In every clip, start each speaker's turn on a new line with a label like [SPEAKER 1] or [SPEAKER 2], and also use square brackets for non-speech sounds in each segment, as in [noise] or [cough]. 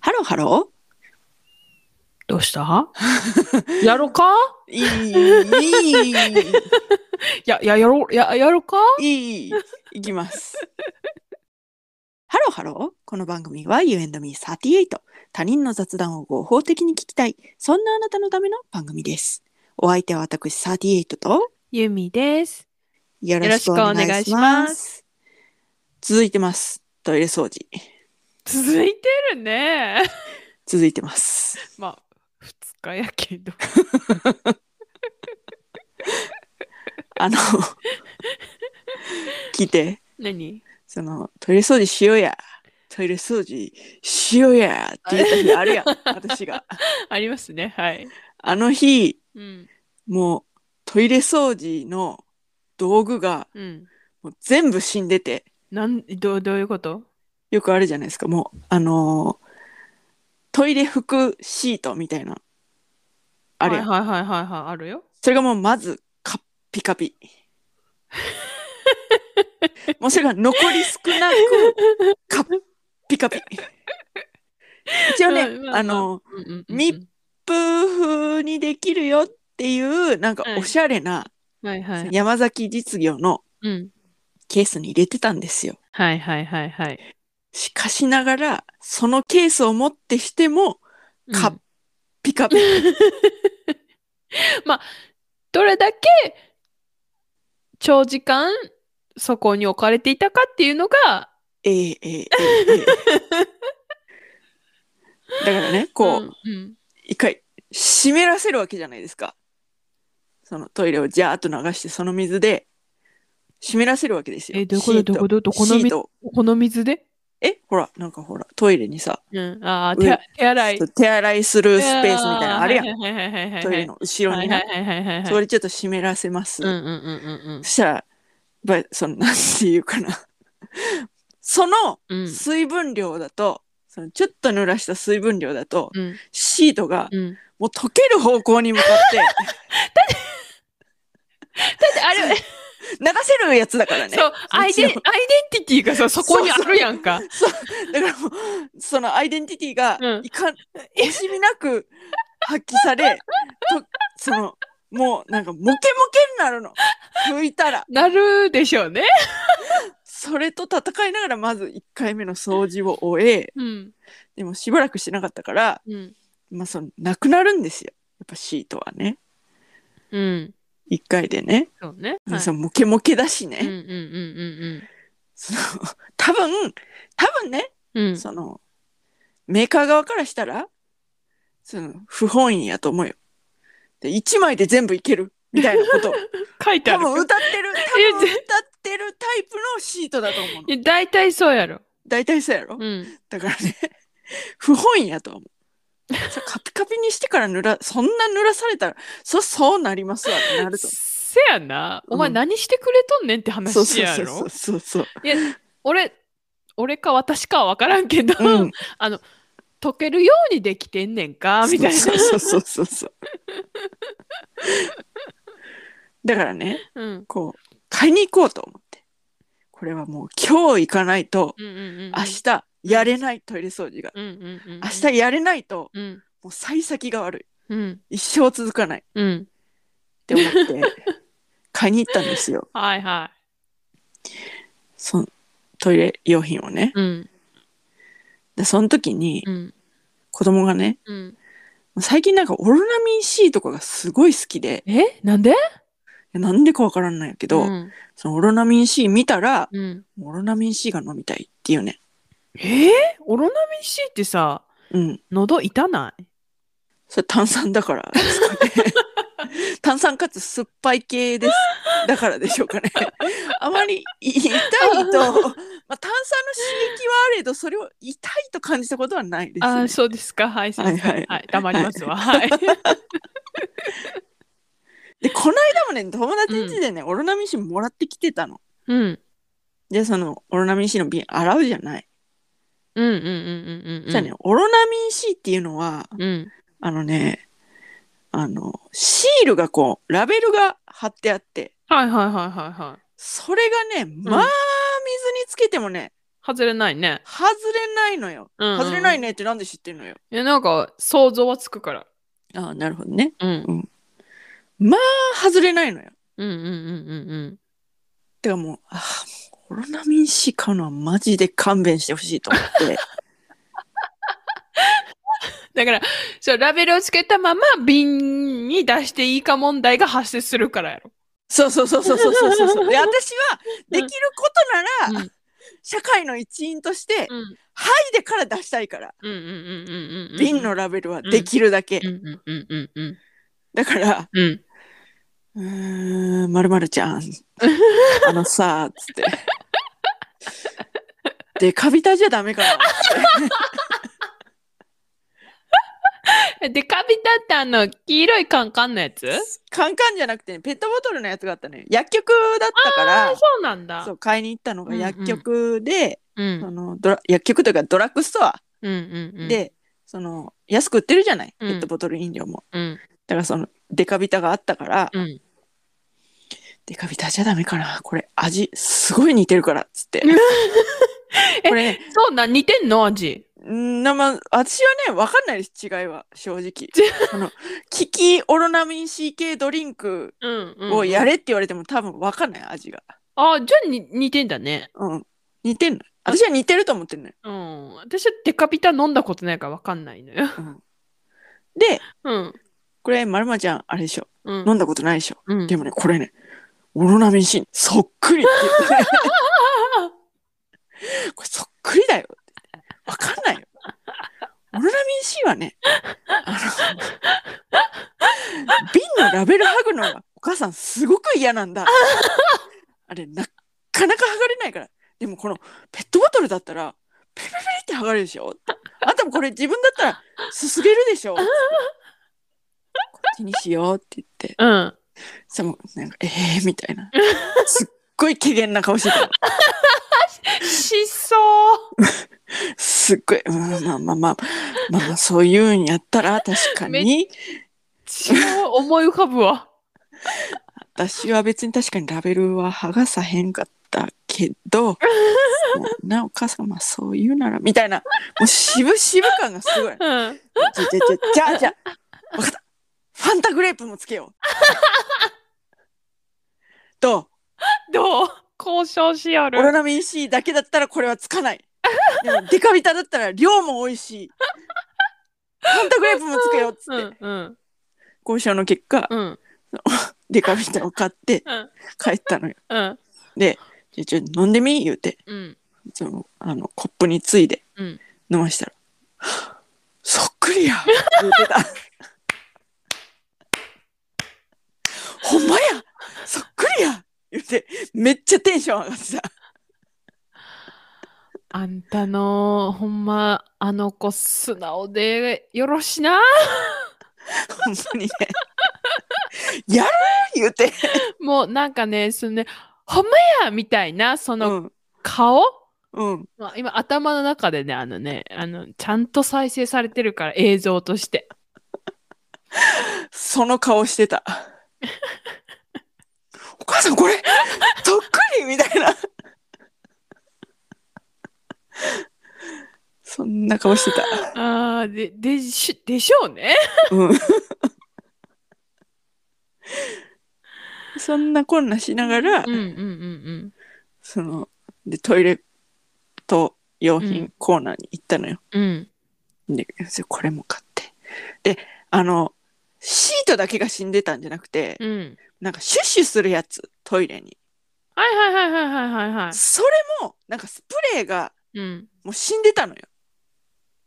[SPEAKER 1] ハロ
[SPEAKER 2] どうした [laughs] やろか
[SPEAKER 1] ーいい、い
[SPEAKER 2] や、や、やろ、や、やろか
[SPEAKER 1] い、いい、いきます。ハローハロー。この番組は You and me38。他人の雑談を合法的に聞きたい。そんなあなたのための番組です。お相手は私38と
[SPEAKER 2] ゆみです。
[SPEAKER 1] よろしくお願いします。続いてます。トイレ掃除。
[SPEAKER 2] 続いてるね。 [laughs]
[SPEAKER 1] 続いてます。
[SPEAKER 2] まあ、二日やけど。
[SPEAKER 1] あの、聞いて。
[SPEAKER 2] 何
[SPEAKER 1] そのトイレ掃除しようやトイレ掃除しようやって言った日あるやん私が
[SPEAKER 2] ありますね。はい。
[SPEAKER 1] あの日
[SPEAKER 2] うん。
[SPEAKER 1] もうトイレ掃除の道具が
[SPEAKER 2] うん。
[SPEAKER 1] もう全部死んでて
[SPEAKER 2] なん、どう、どういうこと
[SPEAKER 1] よくあるじゃないですかもうあのートイレ服シートみたいなあれやん、
[SPEAKER 2] はいはいはいはいはい、あるよ。
[SPEAKER 1] それがもうまずカッピカピもうそれが残り少なくカッピカピ一応ね、
[SPEAKER 2] うんまあまあ
[SPEAKER 1] あのー
[SPEAKER 2] うんうんうん
[SPEAKER 1] 密プ風にできるよっていうなんか
[SPEAKER 2] はい
[SPEAKER 1] おしゃれな
[SPEAKER 2] はいはい。
[SPEAKER 1] 山崎実業の
[SPEAKER 2] うん。
[SPEAKER 1] ケースに入れてたんですよ。
[SPEAKER 2] はいはいはいはい。
[SPEAKER 1] しかしながらそのケースを持ってしても
[SPEAKER 2] うん
[SPEAKER 1] カッピ
[SPEAKER 2] [laughs]
[SPEAKER 1] カピ、
[SPEAKER 2] どれだけ長時間そこに置かれていたかっていうのが、
[SPEAKER 1] ええええええええだからねこう、
[SPEAKER 2] うんうん
[SPEAKER 1] 一回湿らせるわけじゃないですか。そのトイレをジャーッと流してその水で湿らせるわけですよ。
[SPEAKER 2] えどういうこと
[SPEAKER 1] シート
[SPEAKER 2] どういうことどこの水
[SPEAKER 1] シートを
[SPEAKER 2] この水で、
[SPEAKER 1] えほらなんかほらトイレにさ
[SPEAKER 2] うん、ああ、
[SPEAKER 1] 上
[SPEAKER 2] 手手洗い
[SPEAKER 1] そ。う手洗いするスペースみたいなのあるやん、
[SPEAKER 2] ん。はいはいはいはいはいはい
[SPEAKER 1] トイレの後ろにね、
[SPEAKER 2] はいはいはいはいはい。
[SPEAKER 1] それちょっと湿らせます、
[SPEAKER 2] うんうんうんうん
[SPEAKER 1] そしたらやっぱりそのなんていうかな [laughs] その
[SPEAKER 2] うん。うん
[SPEAKER 1] 水分量だと、そのちょっと濡らした水分量だと
[SPEAKER 2] うん
[SPEAKER 1] シートが
[SPEAKER 2] うん、だ
[SPEAKER 1] もう溶ける方向に向かっ
[SPEAKER 2] ってあれ、 [laughs]
[SPEAKER 1] て流せるやつだからね
[SPEAKER 2] そう、アイデンア
[SPEAKER 1] そっ
[SPEAKER 2] イデンティティがさ、そこにあるやんか。
[SPEAKER 1] だからもうそのアイデンティティが
[SPEAKER 2] うん
[SPEAKER 1] いかん、惜しみなく発揮されとそのもうなんかモケモケになるの拭いたら
[SPEAKER 2] なるでしょうね。
[SPEAKER 1] それと戦いながらまず1回目の掃除を終え
[SPEAKER 2] うん。
[SPEAKER 1] でもしばらくしてなかったから、
[SPEAKER 2] うん。
[SPEAKER 1] まあ、そのなくなるんですよやっぱシートはね
[SPEAKER 2] うん。
[SPEAKER 1] 1回でね、
[SPEAKER 2] そうね。
[SPEAKER 1] 皆さ
[SPEAKER 2] い
[SPEAKER 1] んモケモケだし
[SPEAKER 2] うんうん
[SPEAKER 1] ね、
[SPEAKER 2] うん
[SPEAKER 1] その多分多分ね、
[SPEAKER 2] うんうん。うん。
[SPEAKER 1] そのメーカー側からしたらその不本意やと思うよで1枚で全部いけるみたいなことを
[SPEAKER 2] 書 [laughs] いてあ
[SPEAKER 1] 多
[SPEAKER 2] る。
[SPEAKER 1] 分歌ってる
[SPEAKER 2] え
[SPEAKER 1] 多分歌ってるタイプのシートだと思う
[SPEAKER 2] い
[SPEAKER 1] の
[SPEAKER 2] や大体そうやろ。
[SPEAKER 1] 大体そうやろ、
[SPEAKER 2] うん。
[SPEAKER 1] だからね、 [laughs] 不本意やと思う。それカピカピにしてから濡ら、そんな濡らされたら、そ、そうなりますわってなると思
[SPEAKER 2] せやな。お前
[SPEAKER 1] うん
[SPEAKER 2] 何してくれとんねんって
[SPEAKER 1] う。そう
[SPEAKER 2] 話
[SPEAKER 1] そう
[SPEAKER 2] や
[SPEAKER 1] そ
[SPEAKER 2] ろ。
[SPEAKER 1] うそうそうそう。
[SPEAKER 2] いや、俺、俺か私かは分からんけど、
[SPEAKER 1] うん。
[SPEAKER 2] 溶けるようにできてんねんか、みたいな。
[SPEAKER 1] そうそうそうそうそう。だからね、
[SPEAKER 2] [laughs] うん。
[SPEAKER 1] こう、買いに行こうと思って。これはもう今日行かないと、
[SPEAKER 2] うんうんうんうん。
[SPEAKER 1] 明日やれないトイレ掃除が。
[SPEAKER 2] うんうんうんうん。
[SPEAKER 1] 明日やれないと、
[SPEAKER 2] うん。
[SPEAKER 1] もう幸先が悪
[SPEAKER 2] うん。
[SPEAKER 1] い。一生続かないっ
[SPEAKER 2] うん。
[SPEAKER 1] て思
[SPEAKER 2] [laughs]
[SPEAKER 1] って、買いに行ったんですよ。
[SPEAKER 2] はいは
[SPEAKER 1] そトイレ用品をね
[SPEAKER 2] い。うん。
[SPEAKER 1] でその時に
[SPEAKER 2] うん。
[SPEAKER 1] 子供がね
[SPEAKER 2] うん。
[SPEAKER 1] 最近なんかオロナミン C とかがすごい好きで
[SPEAKER 2] えなんで
[SPEAKER 1] なんでかわからんないけど、
[SPEAKER 2] うん。
[SPEAKER 1] そのオロナミン C 見たら
[SPEAKER 2] うん。
[SPEAKER 1] オロナミン C が飲みたいっていうね
[SPEAKER 2] えーオロナミン C ってさ、
[SPEAKER 1] うん
[SPEAKER 2] 喉痛ない
[SPEAKER 1] それ炭酸だからですか
[SPEAKER 2] [laughs]
[SPEAKER 1] ね炭酸かつ酸っぱい系ですだからでしょうかねあまり痛いと、まあ、炭酸の刺激はあれどそれを痛いと感じたことはないです、ね、
[SPEAKER 2] あーそうですか。はい、すいません
[SPEAKER 1] はいはい
[SPEAKER 2] はい、黙りますわ。はい。
[SPEAKER 1] でこの間もね友達ん家でね、オロナミン C もらってきてたの
[SPEAKER 2] [laughs] うん。
[SPEAKER 1] で、その、オロナミン C の瓶洗うじゃない。
[SPEAKER 2] うんうんうんうんうんうん。
[SPEAKER 1] じゃあね、オロナミン C っていうのは、
[SPEAKER 2] うん。
[SPEAKER 1] あのね、あの、シールがこう、ラベルが貼ってあって、
[SPEAKER 2] はいはいはいはいはい。
[SPEAKER 1] それがね、まあ、水につけてもね、
[SPEAKER 2] 外れないね。
[SPEAKER 1] 外れないのよ。
[SPEAKER 2] うんうん
[SPEAKER 1] 外れないねってなんで知ってんのよ。
[SPEAKER 2] いや、なんか、想像はつくから。
[SPEAKER 1] ああ、なるほどね。
[SPEAKER 2] うん。
[SPEAKER 1] あ外れないのよ。
[SPEAKER 2] うんうんうんうんうん。
[SPEAKER 1] てかもう、ああ、もうオロナミン C 買うのはマジで勘弁してほしいと思って。 [laughs]
[SPEAKER 2] だから、そう、ラベルをつけたまま瓶に出していいか問題が発生するからやろ。
[SPEAKER 1] そうそうそうそうそうそうそうそう。で、私はできることなら、
[SPEAKER 2] うん
[SPEAKER 1] 社会の一員として、
[SPEAKER 2] うん。
[SPEAKER 1] はいでから出したいから、
[SPEAKER 2] うんうんうんうんうん。
[SPEAKER 1] 瓶のラベルはできるだけ。
[SPEAKER 2] うんうんうんうんうん。
[SPEAKER 1] だから、
[SPEAKER 2] うん。
[SPEAKER 1] うーん、まるまるち
[SPEAKER 2] [laughs]
[SPEAKER 1] ゃん。あのさ、つって。で、カビタじゃダメかなって。
[SPEAKER 2] デカビタってあの、黄色いカンカンのやつ
[SPEAKER 1] カンカンじゃなくてね、ペットボトルのやつがあったね。薬局だったか
[SPEAKER 2] あ、
[SPEAKER 1] ら、
[SPEAKER 2] そうなんだ。
[SPEAKER 1] そうう、買いに行ったのが
[SPEAKER 2] うんうん
[SPEAKER 1] 薬局で、
[SPEAKER 2] ん。
[SPEAKER 1] そのドラ薬局というかドラッグストア
[SPEAKER 2] うんうんうん。、
[SPEAKER 1] で、その、安く売ってるじゃない、
[SPEAKER 2] うん
[SPEAKER 1] ペットボトル飲料も。
[SPEAKER 2] うん
[SPEAKER 1] だからその、デカビタがあったから、
[SPEAKER 2] うん。
[SPEAKER 1] デカビタじゃダメかなこれ味すごい似てるから、つ
[SPEAKER 2] [laughs]
[SPEAKER 1] って。これね、
[SPEAKER 2] そうなん、似てんの味。
[SPEAKER 1] うんなまあ、私はね、わかんないです、違いは、正直。あの、キキオロナミン C 系ドリンク
[SPEAKER 2] うんうん。
[SPEAKER 1] をやれって言われても多分わかんない、味が。
[SPEAKER 2] あ、じゃあに似てんだね。
[SPEAKER 1] うん。似てんの私は似てると思ってんのよ。
[SPEAKER 2] うん。私はデカビタ飲んだことないからわかんないのよ。
[SPEAKER 1] で、
[SPEAKER 2] うん。
[SPEAKER 1] これ、まるまちゃん、あれでしょ。
[SPEAKER 2] うん
[SPEAKER 1] 飲んだことないでしょ。
[SPEAKER 2] うん。
[SPEAKER 1] でもね、これね、オロナミン C にそっくりって言って、これそっくりだよ。わかんないよ。オロナミン C はね、あの、瓶のラベル剥ぐのがお母さんすごく嫌なんだ。あれ、なっかなか剥がれないから。でもこのペットボトルだったら、ペリペリペリって剥がれるでしょあんたもこれ自分だったらすすげるでしょこっちにしようって言って。
[SPEAKER 2] うん。
[SPEAKER 1] さもうなんか「えー」みたいなすっごい機嫌な顔してたの
[SPEAKER 2] しそう。
[SPEAKER 1] すっごい「うんまあまあまあまあまあそういうんやったら確かに
[SPEAKER 2] 超思い浮かぶわ。
[SPEAKER 1] 私は別に確かにラベルは剥がさへんかったけどそうなお母さんまあそう言うなら」みたいなもう渋々感がすごい「
[SPEAKER 2] うん。
[SPEAKER 1] じゃじゃじゃじゃあじゃあ分かったファンタグレープもつけよう」どう
[SPEAKER 2] どう交渉しよ
[SPEAKER 1] オロ
[SPEAKER 2] る。
[SPEAKER 1] ナミン C だけだったらこれはつかない。でもデカビタだったら量も美味しい。ファンタグレープもつけようっつ
[SPEAKER 2] う
[SPEAKER 1] って
[SPEAKER 2] んうん
[SPEAKER 1] 交渉の結果
[SPEAKER 2] うん
[SPEAKER 1] デカビタを買って
[SPEAKER 2] うん
[SPEAKER 1] 帰ったのよ。
[SPEAKER 2] うん
[SPEAKER 1] で「じゃあちょっと飲んでみ?」言うて
[SPEAKER 2] うん
[SPEAKER 1] そのあのコップについで
[SPEAKER 2] うん。
[SPEAKER 1] 飲ましたら「そっくりや!」言ってた。ほんまやそっくりや言ってめっちゃテンション上がってた。
[SPEAKER 2] あんたのほんまあの子素直でよろしな。
[SPEAKER 1] 本当にね。やる言うて。
[SPEAKER 2] もうなんかねそのねほんまやみたいなそうの
[SPEAKER 1] ん。
[SPEAKER 2] 顔。
[SPEAKER 1] うん。
[SPEAKER 2] まあ今頭の中でねあのねあのちゃんと再生されてるから映像として
[SPEAKER 1] その顔してた。お母さんこれ、そっくりみたいな。そんな顔してた。
[SPEAKER 2] あーででしでしょうね
[SPEAKER 1] うん。そんなこんなしながら、
[SPEAKER 2] うんうんうん
[SPEAKER 1] その、で、トイレと用
[SPEAKER 2] う
[SPEAKER 1] 品コーナーに行ったのよ。
[SPEAKER 2] うんうん
[SPEAKER 1] で、それこれも買って。で、あの、シートだけが死んでたんじゃなくて、
[SPEAKER 2] うん
[SPEAKER 1] なんかシュッシュするやつ、トイレに。
[SPEAKER 2] はいはいはいはいはいはいは
[SPEAKER 1] それも、なんかスプレーが
[SPEAKER 2] いうん
[SPEAKER 1] もう死んでたのよ。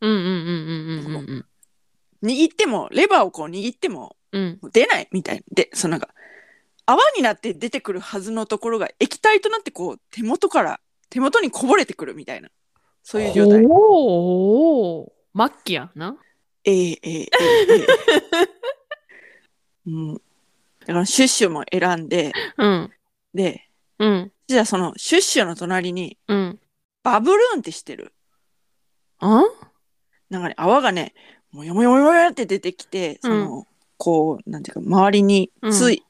[SPEAKER 2] うんうんうんうんうんうん
[SPEAKER 1] 握っても、レバーをこう握っても、
[SPEAKER 2] うん
[SPEAKER 1] もう出ないみたいな。で、そのなんか、泡になって出てくるはずのところが液体となってこう手元から、手元にこぼれてくるみたいな。そういう状態。
[SPEAKER 2] おお末期やな
[SPEAKER 1] ええええええええ [laughs] うん。だからシュッシュも選んで、
[SPEAKER 2] うん
[SPEAKER 1] で、
[SPEAKER 2] うん
[SPEAKER 1] じゃあそのシュッシュの隣に
[SPEAKER 2] うん
[SPEAKER 1] バブルーンってしてる。
[SPEAKER 2] あ
[SPEAKER 1] なんかね、泡がね、もやもやもやもやって出てきて、その、こう、なんていうか、周りについ、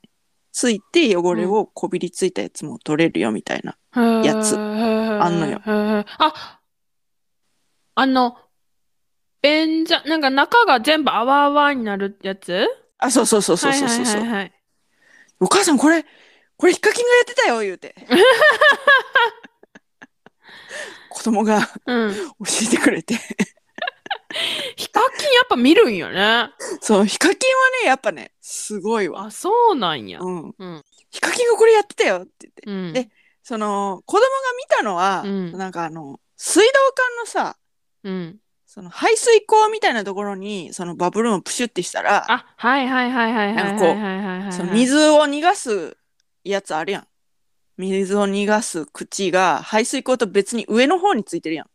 [SPEAKER 1] ついて汚れをこびりついたやつも取れるよみたいな。やつ
[SPEAKER 2] へーあ
[SPEAKER 1] んのよ。
[SPEAKER 2] あ、あの、便座、なんか中が全部泡泡になるやつ
[SPEAKER 1] あ、そうそうそうそうそうそうそう、
[SPEAKER 2] はいはいはいはい
[SPEAKER 1] お母さん、これ、これ、ヒカキンがやってたよ、言う
[SPEAKER 2] [laughs]
[SPEAKER 1] て。子供が教
[SPEAKER 2] うん。
[SPEAKER 1] えてくれて。
[SPEAKER 2] ヒカキンやっぱ見るんよね。
[SPEAKER 1] そう、ヒカキンはね、やっぱね、すごいわ。
[SPEAKER 2] あ、そうなんや。
[SPEAKER 1] うん。
[SPEAKER 2] うん。
[SPEAKER 1] ヒカキンがこれやってたよって言って。
[SPEAKER 2] うん。
[SPEAKER 1] でその、子供が見たのは、
[SPEAKER 2] うん
[SPEAKER 1] なんかあの、水道管のさ、
[SPEAKER 2] うん。
[SPEAKER 1] その排水口みたいなところに、そのバブルーンをプシュってしたら、
[SPEAKER 2] あ、はいはいはいはいはいはいはいはいはい。
[SPEAKER 1] その水を逃がすやつあるやん。水を逃がす口が排水口と別に上の方についてるやん。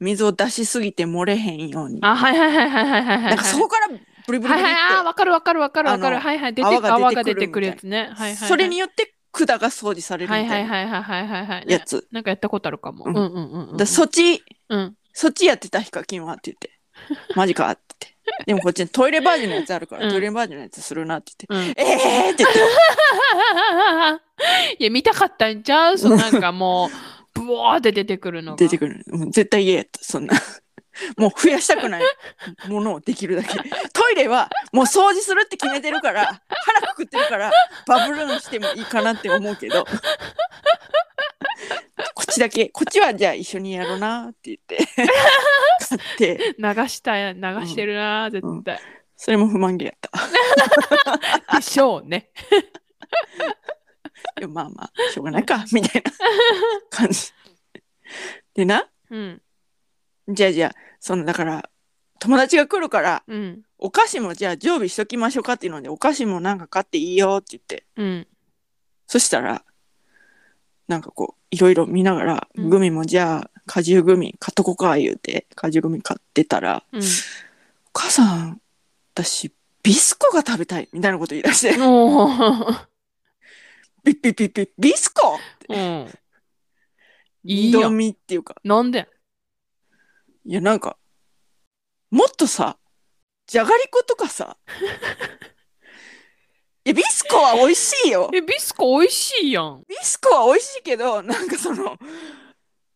[SPEAKER 1] 水を出しすぎて漏れへんように。
[SPEAKER 2] あ、はいはいはいはいはいはいはい。
[SPEAKER 1] なんかそこからブリブリブリっ
[SPEAKER 2] はい
[SPEAKER 1] て、
[SPEAKER 2] はい、あー、わかるわかるわかるわかる。
[SPEAKER 1] あの
[SPEAKER 2] はいはい、出て
[SPEAKER 1] 泡が出てくる
[SPEAKER 2] 泡が出てくるやつね。はいはいはい。
[SPEAKER 1] それによって管が掃除される
[SPEAKER 2] はい
[SPEAKER 1] み
[SPEAKER 2] は
[SPEAKER 1] た
[SPEAKER 2] い
[SPEAKER 1] いな
[SPEAKER 2] はいはいはいはいはい。
[SPEAKER 1] やつ。
[SPEAKER 2] なんかやったことあるかも。う
[SPEAKER 1] うんん
[SPEAKER 2] うんうんうん。
[SPEAKER 1] だそっち、
[SPEAKER 2] うん。
[SPEAKER 1] そっちやってたヒカキンはって言
[SPEAKER 2] [laughs]
[SPEAKER 1] って。マジかって言って。でもこっちにトイレバージョンのやつあるから、
[SPEAKER 2] うん
[SPEAKER 1] トイレバージョンのやつするなって
[SPEAKER 2] うん。
[SPEAKER 1] 言
[SPEAKER 2] [laughs]
[SPEAKER 1] って。ええーって言って。
[SPEAKER 2] いや、見たかったんちゃうそのなんかもう、ブワーって出てくるのが。
[SPEAKER 1] 出て
[SPEAKER 2] る。
[SPEAKER 1] くる。もう絶対言えと、そんな。 [laughs] もう増やしたくないものをできるだけ。トイレはもう掃除するって決めてるから、腹くくってるから、バブルーンしてもいいかなって思うけど。こっちだけ、こっちはじゃあ一緒にやろうなって言って。買って、
[SPEAKER 2] 流した、流してるな、絶対。
[SPEAKER 1] それも不満げやった。
[SPEAKER 2] でしょうね。
[SPEAKER 1] でもまあまあ、しょうがないか、みたいな感じ。でな、
[SPEAKER 2] うん。
[SPEAKER 1] じゃあじゃあ、そのだから、友達が来るから、
[SPEAKER 2] うん。
[SPEAKER 1] お菓子もじゃあ常備しときましょうかっていうので、お菓子もなんか買っていいよって言って、
[SPEAKER 2] うん。
[SPEAKER 1] そしたら、なんかこう、いろいろ見ながら、
[SPEAKER 2] うん
[SPEAKER 1] グミもじゃあ、果汁グミ買っとこうか言うて、果汁グミ買ってたら、
[SPEAKER 2] うん。
[SPEAKER 1] お母さん、私、ビスコが食べたいみたいなこと言い出して、 [laughs]
[SPEAKER 2] おー
[SPEAKER 1] ビッビッビッビッビスコって、
[SPEAKER 2] うん。いい
[SPEAKER 1] 二
[SPEAKER 2] や
[SPEAKER 1] 度
[SPEAKER 2] ん
[SPEAKER 1] 見っていうか、
[SPEAKER 2] なんで
[SPEAKER 1] いや、なんか、もっとさ、じゃがりことかさ、
[SPEAKER 2] [laughs]
[SPEAKER 1] いや、ビスコは美味しいよ
[SPEAKER 2] え、ビスコ美味しいやん。
[SPEAKER 1] ビスコは美味しいけど、なんかその、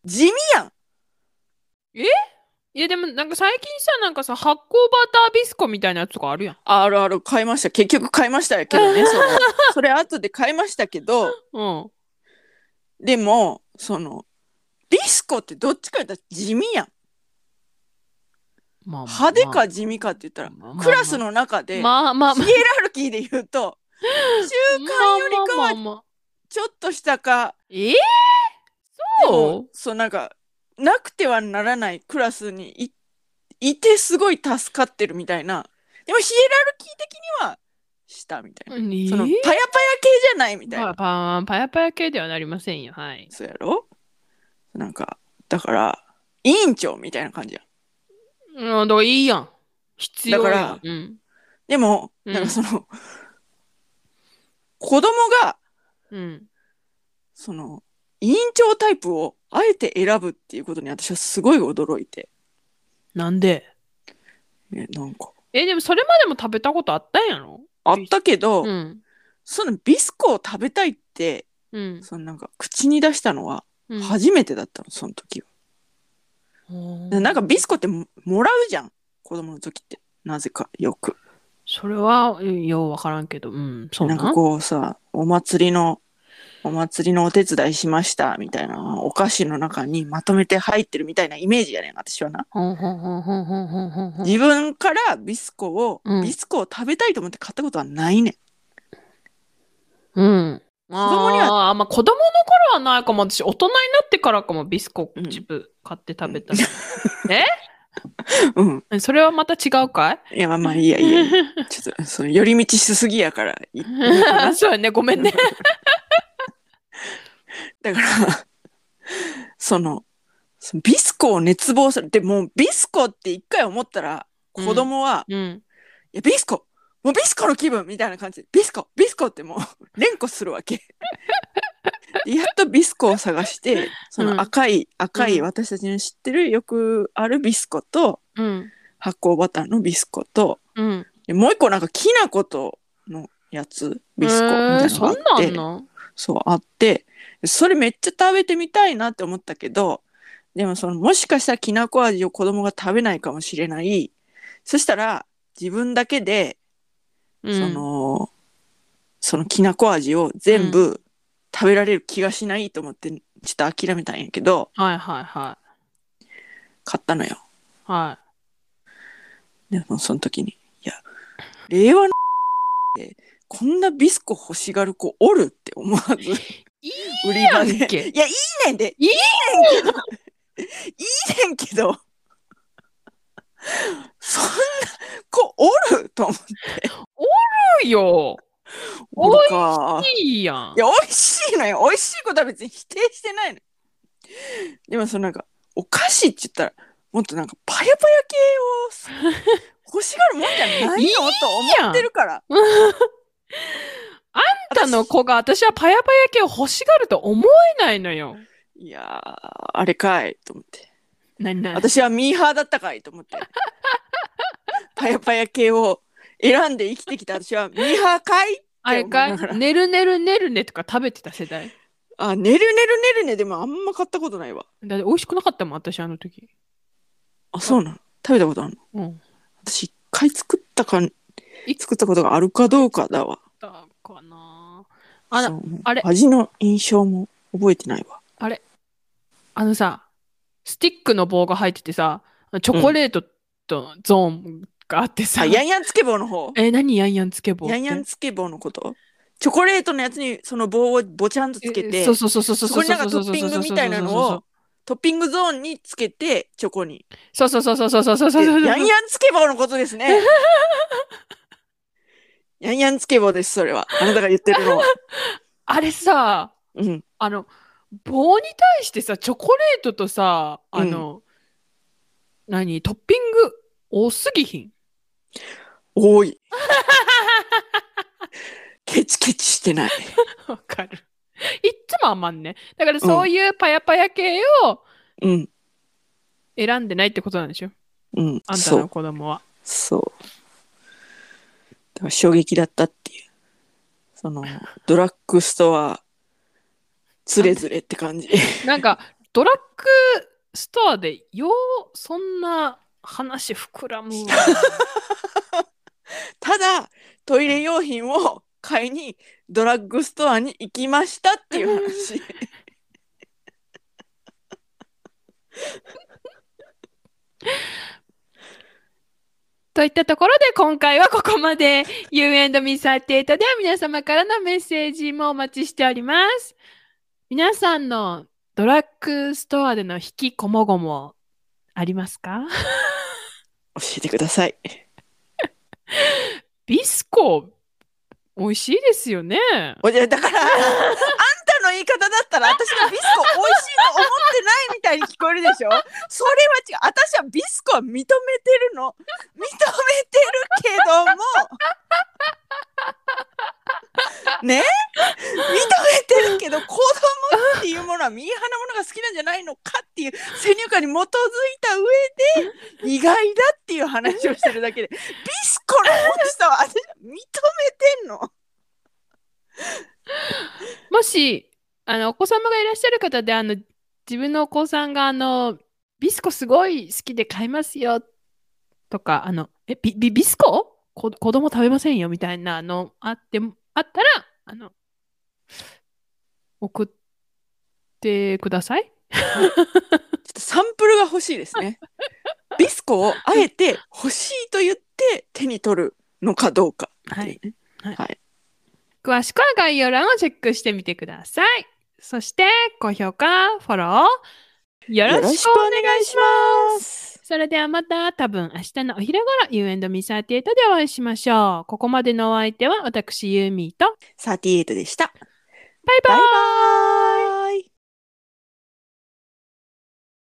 [SPEAKER 1] 地味やん。
[SPEAKER 2] いや、でもなんか最近さ、なんかさ、発酵バタービスコみたいなやつとかあるやん。
[SPEAKER 1] あるある、買いました。結局買いましたけどね、
[SPEAKER 2] [laughs]
[SPEAKER 1] それ。それ後で買いましたけど、
[SPEAKER 2] うん。
[SPEAKER 1] でも、その、ビスコってどっちか言ったら地味やん。
[SPEAKER 2] まあまあまあ
[SPEAKER 1] 派手か地味かって言ったら、
[SPEAKER 2] まあまあまあ
[SPEAKER 1] クラスの中で、
[SPEAKER 2] まあまあまあ
[SPEAKER 1] ヒエラルキーで言うと、中間よりかは
[SPEAKER 2] まあまあまあまあ
[SPEAKER 1] ちょっと下か、
[SPEAKER 2] えー、
[SPEAKER 1] で
[SPEAKER 2] そ
[SPEAKER 1] もそうなんかなくてはならないクラスにいいてすごい助かってるみたいなでもヒエラルキー的には下みたいうな、
[SPEAKER 2] えー、
[SPEAKER 1] そのパヤパヤ系じゃないみたいな、
[SPEAKER 2] まあパンパヤパヤ系ではなりませんよ。はい。
[SPEAKER 1] そうやろなんかだから委員長みたいな感じや
[SPEAKER 2] うん、だからいいやん。必要やん
[SPEAKER 1] だから
[SPEAKER 2] うん。
[SPEAKER 1] でも
[SPEAKER 2] うん
[SPEAKER 1] なんかその、子供が
[SPEAKER 2] うん。
[SPEAKER 1] その委員長タイプをあえて選ぶっていうことに私はすごい驚いて、
[SPEAKER 2] なんで
[SPEAKER 1] ね、なんか
[SPEAKER 2] え、でもそれまでも食べたことあったんやろ
[SPEAKER 1] あったけど、
[SPEAKER 2] うん。
[SPEAKER 1] そのビスコを食べたいって
[SPEAKER 2] うん。
[SPEAKER 1] そのなんか口に出したのは
[SPEAKER 2] うん
[SPEAKER 1] 初めてだったの、その時は。
[SPEAKER 2] うん
[SPEAKER 1] なんかビスコってももらうじゃん子供の時ってなぜかよく。
[SPEAKER 2] それは、うんようわからんけど、うん、そう
[SPEAKER 1] なんかこうさお祭りのお祭りのお手伝いしましたみたいなお菓子の中にまとめて入ってるみたいなイメージやねん私はな。
[SPEAKER 2] ほんほんほんほんほんほんほんほん
[SPEAKER 1] 自分からビスコを、
[SPEAKER 2] うん
[SPEAKER 1] ビスコを食べたいと思って買ったことはないねん。
[SPEAKER 2] うん。子
[SPEAKER 1] 供には
[SPEAKER 2] あーまあ子供の頃はないかも。私、大人になってからかも、ビスコ
[SPEAKER 1] うん
[SPEAKER 2] チップ買って食べたの。
[SPEAKER 1] [laughs] うん。
[SPEAKER 2] えそれはまた違うかい
[SPEAKER 1] いやまあまあいいやいいやいいや。ちょっとその寄り道しすぎやからいい
[SPEAKER 2] そうやね、ごめんね。
[SPEAKER 1] [laughs] だから、その、そのビスコを熱望する。でもうビスコって一回思ったら、
[SPEAKER 2] うん
[SPEAKER 1] 子供は、
[SPEAKER 2] うん。
[SPEAKER 1] いや、ビスコもうビスコの気分みたいな感じで、ビスコビスコってもう [laughs] 連呼するわけ。でやっとビスコを探して、そ
[SPEAKER 2] うん
[SPEAKER 1] の赤い、赤
[SPEAKER 2] う
[SPEAKER 1] い
[SPEAKER 2] ん
[SPEAKER 1] 私たちの知ってるよくあるビスコと、
[SPEAKER 2] うん。
[SPEAKER 1] 発酵バターのビスコと、
[SPEAKER 2] うん。
[SPEAKER 1] でもう一個なんかきなことのやつ、ビスコみたいなの
[SPEAKER 2] そ
[SPEAKER 1] があ
[SPEAKER 2] ん
[SPEAKER 1] って。
[SPEAKER 2] なんなん
[SPEAKER 1] そうあってそれめっちゃ食べてみたいなって思ったけどでもそのもしかしたらきなこ味を子供が食べないかもしれないそしたら自分だけで
[SPEAKER 2] うん
[SPEAKER 1] その、そのきなこ味を全部食べられる気がしないと思ってちょっと諦めたんやけど
[SPEAKER 2] はいはいは
[SPEAKER 1] 買ったのよ
[SPEAKER 2] いは
[SPEAKER 1] でもその時に「いや令和のでこんなビスコ欲しがる子おる?」って思わず
[SPEAKER 2] [laughs] い。い
[SPEAKER 1] 売り
[SPEAKER 2] いや
[SPEAKER 1] 場
[SPEAKER 2] ん
[SPEAKER 1] で
[SPEAKER 2] け。
[SPEAKER 1] いやいいねんで
[SPEAKER 2] いい
[SPEAKER 1] ねんけどいいねんけど [laughs] そんな子おると思って
[SPEAKER 2] いいよ。
[SPEAKER 1] おるか
[SPEAKER 2] いいやん
[SPEAKER 1] い。や、美味しいのよ。美味しいことは別に否定してないの。でも、そのなんか、お菓子って言ったら、もっとなんか、パヤパヤ系を欲しがるもんじゃない
[SPEAKER 2] いい
[SPEAKER 1] よと思ってるから。
[SPEAKER 2] [laughs] あんたの子が私はパヤパヤ系を欲しがると思えないのよ。
[SPEAKER 1] いやー、あれかいと思って。
[SPEAKER 2] 何何
[SPEAKER 1] 私はミーハーだったかいと
[SPEAKER 2] [laughs]
[SPEAKER 1] 思って。パヤパヤ系を選んで生きてきた私はミーハーかい
[SPEAKER 2] あれか
[SPEAKER 1] って思いながら
[SPEAKER 2] いねるねるねるねとか食べてた世代。
[SPEAKER 1] あ、寝る寝る寝るね。でもあんま買ったことないわ。
[SPEAKER 2] だって美味しくなかったもん、私あの時。
[SPEAKER 1] あ、そうなの食べたことあるの
[SPEAKER 2] うん。
[SPEAKER 1] 私一回作ったか、
[SPEAKER 2] い
[SPEAKER 1] 作ったことがあるかどうかだわ。
[SPEAKER 2] だかなあら
[SPEAKER 1] そう
[SPEAKER 2] あれ
[SPEAKER 1] 味の印象も覚えてないわ。
[SPEAKER 2] あれあのさ、スティックの棒が入っててさ、チョコレートとゾーンがあってさ。
[SPEAKER 1] あ、ヤンヤンつけ棒の方。
[SPEAKER 2] え、何ヤンヤンつけ棒って
[SPEAKER 1] ヤンヤンつけ棒のことチョコレートのやつにその棒をぼちゃんとつけ
[SPEAKER 2] え
[SPEAKER 1] て
[SPEAKER 2] そう、そうそうそうそう
[SPEAKER 1] そこになんかトッピングみたいなのをトッピングゾーンにつけて、チョコに。
[SPEAKER 2] そうそうそうそうそうそうそうそう
[SPEAKER 1] で
[SPEAKER 2] そう
[SPEAKER 1] ヤンヤンつけ棒のことですね。ヤンヤンつけ棒です、それは。あなたが言ってるのは。
[SPEAKER 2] あれさ
[SPEAKER 1] うん。
[SPEAKER 2] あの棒に対してさチョコレートとさあの、何トッピング多すぎひん
[SPEAKER 1] 多い。ケチケチしてない。
[SPEAKER 2] わかるいっつも余んねだからそういうパヤパヤ系を
[SPEAKER 1] うん。
[SPEAKER 2] 選んでないってことなんでしょ
[SPEAKER 1] うん。
[SPEAKER 2] あんた
[SPEAKER 1] そ
[SPEAKER 2] の
[SPEAKER 1] う。
[SPEAKER 2] 子供は
[SPEAKER 1] そう。だから衝撃だったっていう。そ [laughs] の、ドラッグストア、つれづれって感じ。
[SPEAKER 2] なんかドラッグストアでようそんな話膨らむわ
[SPEAKER 1] ただ、トイレ用品を買いにドラッグストアに行きましたっていう [laughs] 話。
[SPEAKER 2] といったところで今回はここまで U&Me38 では皆様からのメッセージもお待ちしております。皆さんのドラッグストアでの引きこもごもありますか
[SPEAKER 1] 教えてください。
[SPEAKER 2] ビスコ美味しいですよね。
[SPEAKER 1] おじゃだから、あんたの言い方だったら私がビスコ美味しいと思ってないみたいに聞こえるでしょそれは違う。私はビスコは認めてるの。認めてるけども。ね認めてるけど子供っていうものはミーハーなものが好きなんじゃないのかっていう先入観に基づいた上で意外だっていう話をしてるだけでビスコの美味しさは私は認めてんの。
[SPEAKER 2] もしあのお子様がいらっしゃる方であの自分のお子さんがあのビスコすごい好きで買いますよとかあのえビビビスコこ子供食べませんよみたいなあのあってもあったらあの送ってください。
[SPEAKER 1] ちょっとサンプルが欲しいです
[SPEAKER 2] [laughs]
[SPEAKER 1] ね。ビスコをあえて欲しいと言って手に取るのかどうかっていうね。
[SPEAKER 2] 詳しくは概要欄をチェックしてみてください。そして高評価フォローよろしくお願いします。
[SPEAKER 1] す。
[SPEAKER 2] それではまた多分明日のお昼ごろ You&Me38 でお会いしましょう。ここまでのお相手は私ユーミーと
[SPEAKER 1] 38でした。
[SPEAKER 2] バイバ
[SPEAKER 1] バイ
[SPEAKER 2] イ
[SPEAKER 1] バイ。